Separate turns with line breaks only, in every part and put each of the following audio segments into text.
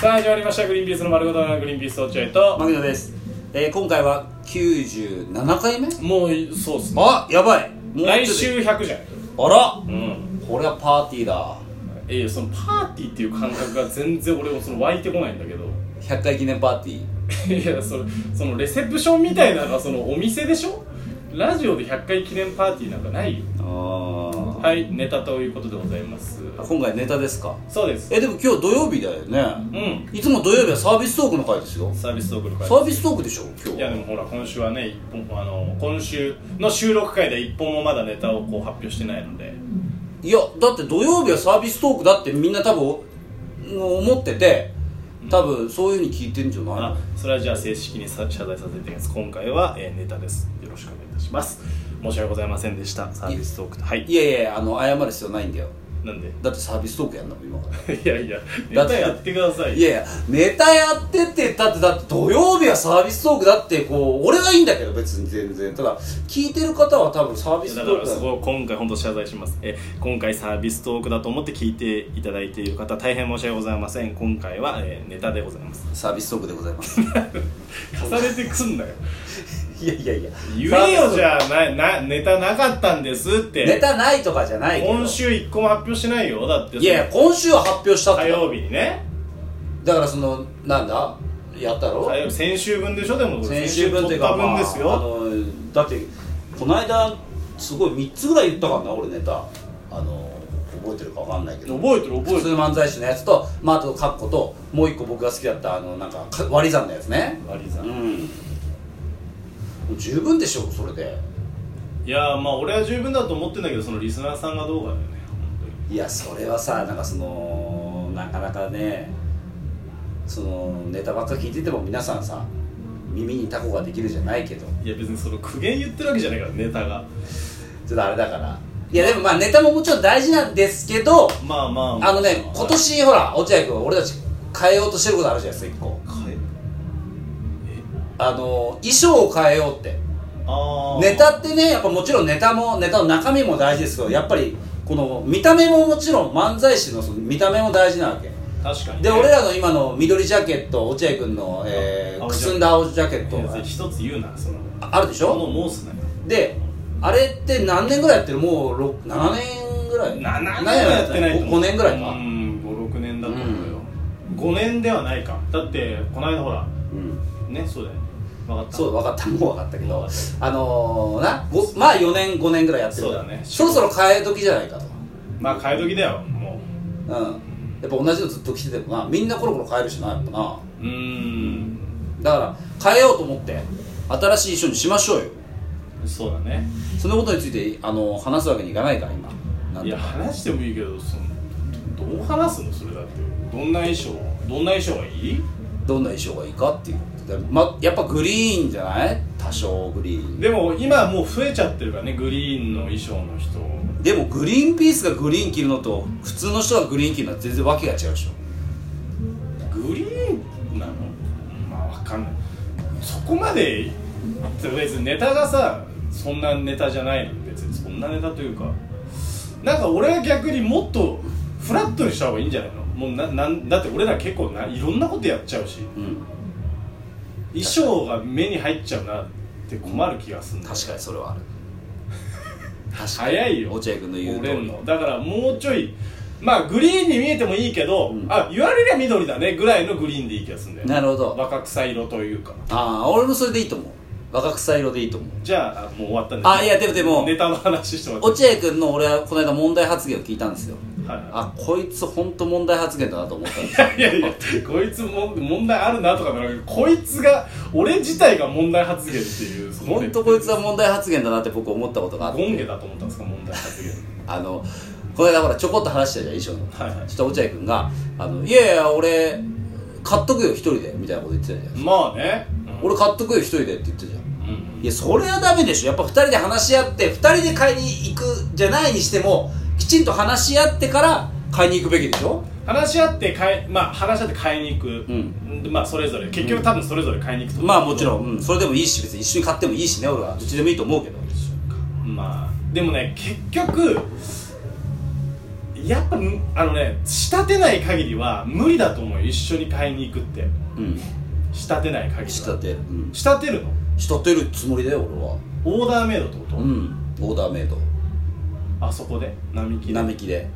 さあ始まりました「グリーンピースの丸ごとグリーンピース落合」と
牧野です、えー、今回は97回目
もうそうっすね
あやばいもう
来
ちょっ
週100じゃん
とあら
うん
これはパーティーだ
いやいやそのパーティーっていう感覚が全然俺もその湧いてこないんだけど
100回記念パーティー
いやそれそのレセプションみたいなのはそのお店でしょラジオで100回記念パーティーなんかないよ
あー
はいネタということでございます
今回ネタですか
そうです
えでも今日土曜日だよ
う
ね
ん
いつも土曜日はサービストークの回ですよ
サービストークの会
サービストークでしょ今
い
日
やでもほら今週はね一本あの今週の収録回で一本もまだネタをこう発表してないので
いやだって土曜日はサービストークだってみんな多分思ってて多分そういうふうに聞いてんじゃない
あそれはじゃあ正式にさ謝罪させていただきます今回は、えーネタですよろしくお願いいたします申し訳ございませんでしたサービストークとはい
いやいやあの謝る必要ないんだよ
なんで
だってサービストークやんだもん今から
いやいやネ
だって
タやってください
いやいやネタやってってだってだって土曜日はサービストークだってこう俺はいいんだけど別に全然ただ聞いてる方は多分サービスト
だ
ー
か
ク
らそこを今回本当謝罪しますえー今回サービストークだと思って聞いていただいている方大変申し訳ございません今回は、えーネタでございます
サービストークでございます
重ねてくんなよ
いやいやいや
言えよじ
あ
ゃあななネタなかったんですって
ネタないとかじゃないけど
今週一個も発表してないよだって
いやいや今週は発表したって
火曜日にね
だからそのなんだやったろ
火曜日先週分でしょでも
先週分とい
先週取
うか、
った
まあ、
分
あ
ですよ
のだってこの間すごい3つぐらい言ったからな俺ネタあの覚えてるか分かんないけど
覚えてる覚え
普
て
通
る
漫才師のやつと、まあ、あとカッコともう一個僕が好きだったあのなんかか割り算のやつね
割り算
うんもう十分でしょそれで
いやまあ俺は十分だと思ってんだけどそのリスナーさんがどうかだよね
いやそれはさなんかそのなかなかねそのネタばっか聞いてても皆さんさ耳にタコができるじゃないけど
いや別にその苦言言ってるわけじゃないからネタが
ちょっとあれだからいやでもまあネタももちろん大事なんですけど
まあまあま
あのね今年ほら落合君俺たち変えようとしてることあるじゃないですか一個
はい
あの衣装を変えようって
ああ
ネタってねやっぱもちろんネタもネタの中身も大事ですけどやっぱりこの見た目ももちろん漫才師のその見た目も大事なわけ
確かにね
で俺らの今の緑ジャケット落合君の、えー
青
く
ジャケット
すんだ青ジャケット
いや一つ言うなその
ああるでしょ
もう申すなよ
であれって何年ぐらいやってるもう6 7年ぐら
7
い
年はやってないと思う
5年ぐらいか、
うん56年だと思うよ、5年ではないかだってこの間ほら
うん
ねそうだよね分かった
そう分かったもう分かったけ
もう
ど
分
あのー、なごまあ4年5年ぐらいやってるから
そうだね
そろそろ変え時じゃないかと
まあ買い時だよも
うんやっぱ同じのずっと着ててもなみんなコロコロ変えるしなやっぱな
ううーん
だから変えようと思って新しい衣装にしましょうよ
そうだね
そのことについてあの話すわけにいかないから今なん
いや
だ
話してもいいけどそのどう話すのそれだってどんな衣装どんな衣装がいい
どんな衣装がいいかっていうことで、ま、やっぱグリーンじゃない多少グリーン
でも今もう増えちゃってるからねグリーンの衣装の人
でもグリーンピースがグリーン着るのと普通の人がグリーン着るのは全然訳が違うでしょ
グリーンなのまあわかんないそこまで別にネタがさそんなネタじゃないの別にそんなネタというかなんか俺は逆にもっとフラットにした方がいいんじゃないのもうななんだって俺ら結構ないろんなことやっちゃうし
うん
衣装が目に入っちゃうなって困る気がするんだよ
確かにそれはある確かに
早いよ
落合君の言う通
俺
り
のだからもうちょいまあグリーンに見えてもいいけど、あ言われりゃ緑だねぐらいのグリーンでいい気がするんだよ
なるほど
若草色というか
ああ俺もそれでいいと思う若草色でいいと思う
じゃあもう終わったんで
あいやでもでも
ネタの話してもらっ
落合君の俺はこの間問題発言を聞いたんですよ
てはいは
あこいつ本当問題発言だなと思ったんで すよ
いいやいやこいつも問題あるなとかなるけどこいつが俺自体が問題発言っていうその
本当こいつは問題発言だなって僕思ったことがあっ
ゴン
て
ゲだと思ったんですか問題発言
あのこの間ほらちょこっと話したじゃん衣装の、
はいはい
そしたら落合君があの「いやいや俺買っとくよ一人で」みたいなこと言ってたじゃん
まあね、
俺買っとくよ一人でって言ってたじゃん
うん、うん
いやそれはダメでしょやっぱ2人で話し合って2人で買いに行くじゃないにしてもきちんと話し合ってから買いに行くべきでしょ
話し合って買いまあ話し合って買いに行く、
ん
でまあそれぞれ結局多分それぞれ買いに行くと思う
まあもちろん、うん、それでもいいし別に一緒に買ってもいいしね俺はどっちでもいいと思うけど
まあでもね結局やっぱあのね仕立てない限りは無理だと思うよ一緒に買いに行くって
うん
仕立てない限りは
仕立て、うん、
仕立てるの
仕立てるつもりだよ俺は
オーダーメイドってこと、
うんオーダーメイド
あそこで並木で
並木で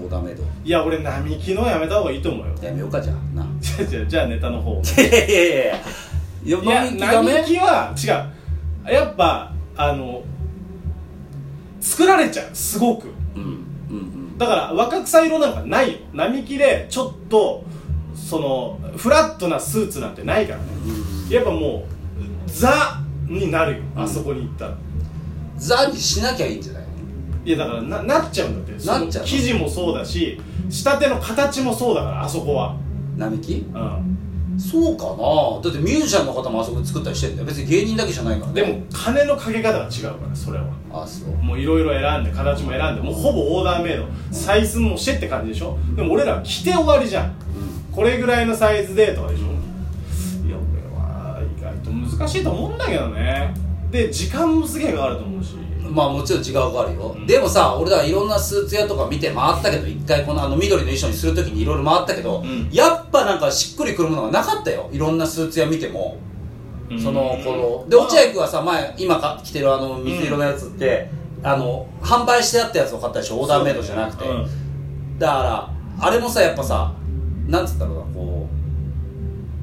オーダーメイド
いや俺並木のやめた方がいいと思うよ
やめようかじゃあ な
じゃあじゃあじゃあネタの方
いやいやいやいやいや
いや
並木ダメ
並木は違うやっぱあの作られちゃうすごく
うんうん
だから若草色なんかないよ並木でちょっとそのフラットなスーツなんてないからね
うんうん
やっぱもうザになるよ
うん
あそこに行ったら、
ザにしなきゃいいんじゃない
いやだからななっちゃうんだって
なっちゃうの
生地もそうだし仕立ての形もそうだからあそこは
並木
うん
そうかなだってミュージシャンの方もあそこで作ったりしてんだよ別に芸人だけじゃないからね
でも金のかけ方が違うからそれは
あそう
もういろいろ選んで形も選んでもうほぼオーダーメイドサイズもしてって感じでしょでも俺らは着て終わりじゃんこれぐらいのサイズでとかでしょいや俺は意外と難しいと思うんだけどねで時間もすげえかかると思うし
まあもちろん違うがあるよ、でもさ俺らいろんなスーツ屋とか見て回ったけど一回このあの緑の衣装にする時にいろいろ回ったけど、
うん
やっぱなんかしっくりくるものがなかったよいろんなスーツ屋見ても、そのこので
まあ
落合君はさ前今か着てるあの水色のやつって、あの販売してあったやつを買ったでしょオーダーメイドじゃなくて、
うん
だからあれもさやっぱさなんつったろうなこ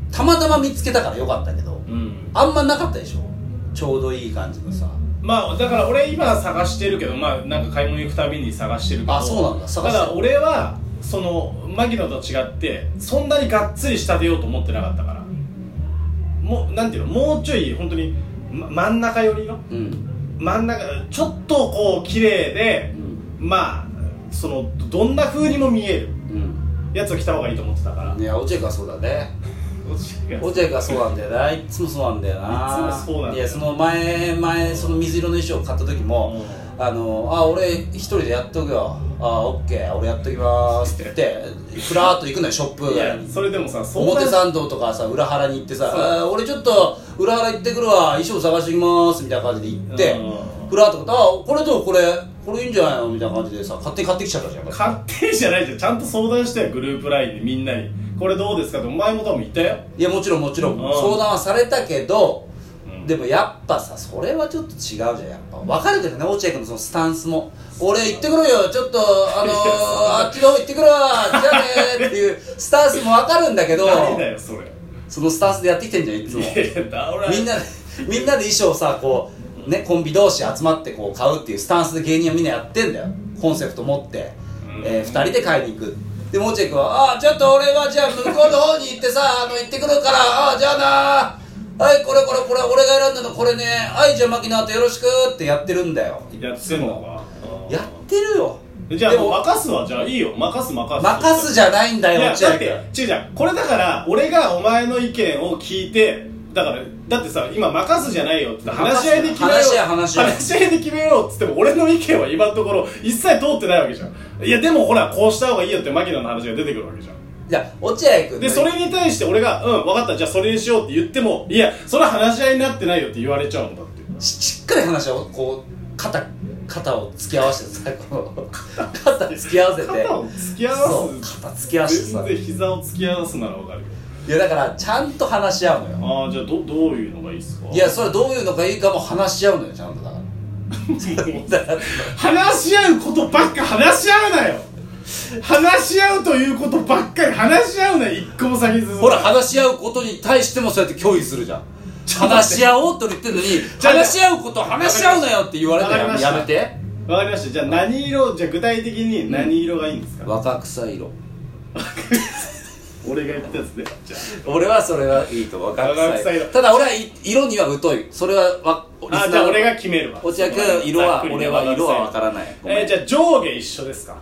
うたまたま見つけたからよかったけど、
うん
あんまなかったでしょちょうどいい感じのさ
まあだから俺今探してるけどまあなんか買い物行くたびに探してるけど
あそうなんだ探して
ただ俺はその牧野と違ってそんなにがっつり仕立てようと思ってなかったからもうなんていうのもうちょい本当にま真ん中寄りの
うん、
真ん中ちょっとこう綺麗で
うん
まあそのどんな風にも見える
うん
やつを着た方がいいと思ってたから
いや落合君はそう だね落合君はそうなんだよないつもそうなんだよない
つもそうなんだよ
やその前前その水色の衣装を買った時も、あのあ俺一人でやっとくよあオッケー俺やっときますって 言ってふらーっと行くのよショップ
い
街
や
に
それでもさそんな
表参道とかさ裏原に行ってさ
そう
あー俺ちょっと裏原行ってくるわ衣装探してきますみたいな感じで行って
うん
ふらーっと買ってあこれどうこれこれいいんじゃないのみたいな感じでさ勝手に買ってきちゃったじゃん
勝手じゃないじゃんちゃんと相談してよグループラインでみんなにこれどうですかってお前も多分言ったよ
いやもちろんもちろん
うん
相談はされたけど、
うん
でもやっぱさそれはちょっと違うじゃんやっぱ分かるけどね落合君のそのスタンスも俺行ってくるよちょっとあのー、あっちの方行ってくるわじゃあねーっていうスタンスも分かるんだけど
何だよそれ
そのスタンスでやってきてんじゃんいつも
いやだ俺は
みんなで みんなで衣装をさこうねコンビ同士集まってこう買うっていうスタンスで芸人はみんなやってんだよコンセプト持って、
うん
え2人で買いに行くでも落合君は「ああちょっと俺はじゃあ向こうの方に行ってさあの行ってくるからああじゃあなはいこれこれこれ俺が選んだのこれねはいじゃあ牧野あとよろしく」ってやってるんだよ
やってんのか
やってるよ
うんじゃあ
で
もう
も
任すわじゃあいいよ任す任す
任すじゃないんだ
い
よ
や
落合
だっ
君
て違うじゃんこれだから俺がお前の意見を聞いてだからだってさ今任すじゃないよって言って話し合いで決めよう
話し合い話し合い
話し合いで決めようっつっても俺の意見は今のところ一切通ってないわけじゃんいやでもほらこうした方がいいよって牧野の話が出てくるわけじゃん
いや落合君の
でそれに対して俺が「うん分かったじゃあそれにしよう」って言っても「いやそれは話し合いになってないよ」って言われちゃうんだって
ししっかり話をこう肩肩を突き合わせてさこう肩突き合わせて
肩を突き合
そう
わ
肩突き合わせて
す
さ
全然膝を突き合わすなら分かるよ
いやだからちゃんと話し合うのよ
ああじゃあどどういうのがいいっすか
いやそれどういうのがいいかも話し合うのよちゃんとだからだから
話し合うことばっか話し合うなよ話し合うということばっかり話し合うなよ一個も先進む
ほら話し合うことに対してもそうやって共有するじゃん話し合おうと言ってるのに
じゃあ
話し合うこと話し合うなよって言われた
わかり
ら
ました
やめて
わかりましたじゃあ何色じゃあ具体的に何色がいいんですか、
若草色
俺が言ったやつでじゃあ
俺はそれはいいと若草色
若草色
ただ俺はい色には疎いそれはわリ
あ
ス
じゃ
ナ
あ
ーの
俺が決めるわ
落合君色
ざっ
は
くりね
俺は色は分からないごめん
えーじゃあ上下一緒ですか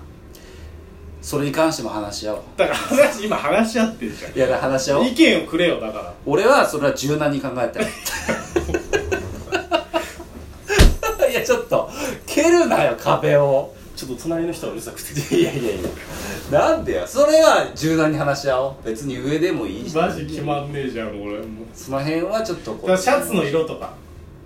それに関しても話し合おう
だから話今話し合ってるじゃん
いやだから話し合おう
意見をくれよだから
俺はそれは柔軟に考えた いいやちょっと蹴るなよ壁を
ちょっと隣の人はうるさくて
いやいやいやなんでよそれは柔軟に話し合おう別に上でもいいし
マジ決まんねえじゃん俺もう
その辺はちょっと
だ
こ
から
う
シャツの色とか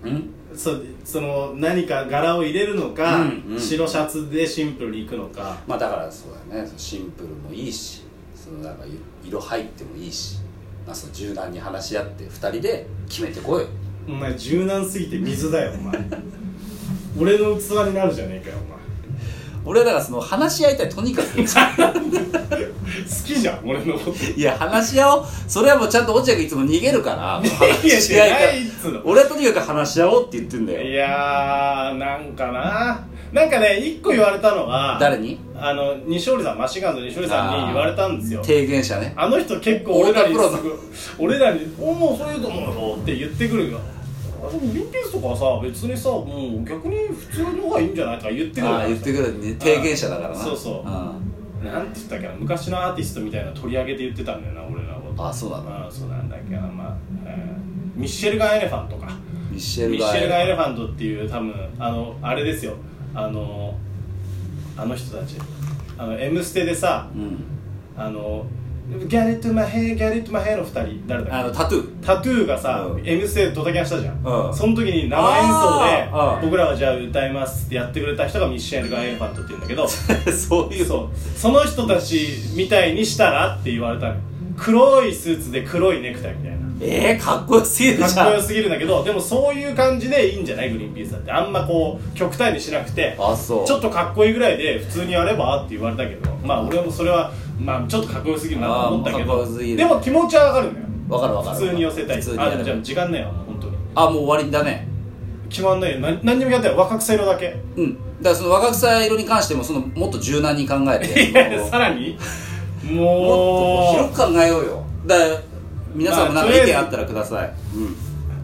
うん
そその何か柄を入れるのか、
うんうん
白シャツでシンプルにいくのか
まあだからそうだよねシンプルもいいしそのなんか色入ってもいいし、まあ、その柔軟に話し合って2人で決めてこいよ
お前柔軟すぎて水だよお前俺の器になるじゃねえかよお
俺はだからその話し合いたいとにかく
前好きじゃん俺のこと
いや話し合おうそれはもうちゃんと落合君いつも逃げるから話し合い
いやいやないっつ
た
う
い
の
俺はとにかく話し合おうって言ってんだ
い
よ
やーなんかななんかね一個言われたのは
誰に
あの西織さんマシンガンズの西織さんに言われたんですよ
提言者ね
あの人結構俺らに
太田
すぐ俺らに「おおそういうと思うよ」って言ってくるよあでもグリーンピースとかはさ別にさもう逆に普通の方がいいんじゃないとか言ってくる
ああ言ってくるね提言者だからな
そうそうんなんて言ったっけな昔のアーティストみたいな取り上げて言ってたんだよな俺らのこと
あそうなの
あそうなんだっけなまあ、えーミッシェルガン・エレファントか
ミッシェル
ミッ
ガ
シェルガン・エレフ
ー
ァントっていう多分あのあれですよあのあの人たちあの「M ステ」でさ
うん
あの「ギャリット・マヘイギャリット・マヘイ」の2人誰だ
あ
っ
の
け
タトゥー
タトゥーがさ「
うん
M ステ」でドタキャンしたじゃん、
うん
その時に生演
あ
奏
ー
で僕らはじゃあ歌いますってやってくれた人がミッシェルガン・エレファントって言うんだけど
そういう
そうその人たちみたいにしたらって言われたの黒いスーツで黒いネクタイみたいな
ええかっこよすぎるじゃ
か
ん
っこよすぎるんだけどでもそういう感じでいいんじゃないグリーンピースだってあんまこう極端にしなくて
あそう
ちょっとかっこいいぐらいで普通にやればって言われたけどまあ俺もそれはまあちょっとかっこよすぎるなと思ったけ
あーまあ
ど
かっこよすぎる
でも気持ちはわかるんだよ
わかるわかる
普通に寄せたい
普通に
あ
や
でも
る
じゃあ時間ないわ本当に
あもう終わりだね
決まんないよな何にもやってない若草色だけ
うんだからその若草色に関してもそのもっと柔軟に考えて
いやさらに
もっと
も
広く考えようよだから皆さんも
まあ
何か
と
意
りあえず
見あったらください、うん、
う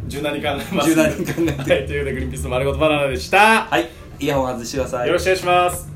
柔軟に考えます
柔軟に考えて
はいということでグリーンピースの丸ごとバナナでした
はいイヤホン外してください
よろしくお願いします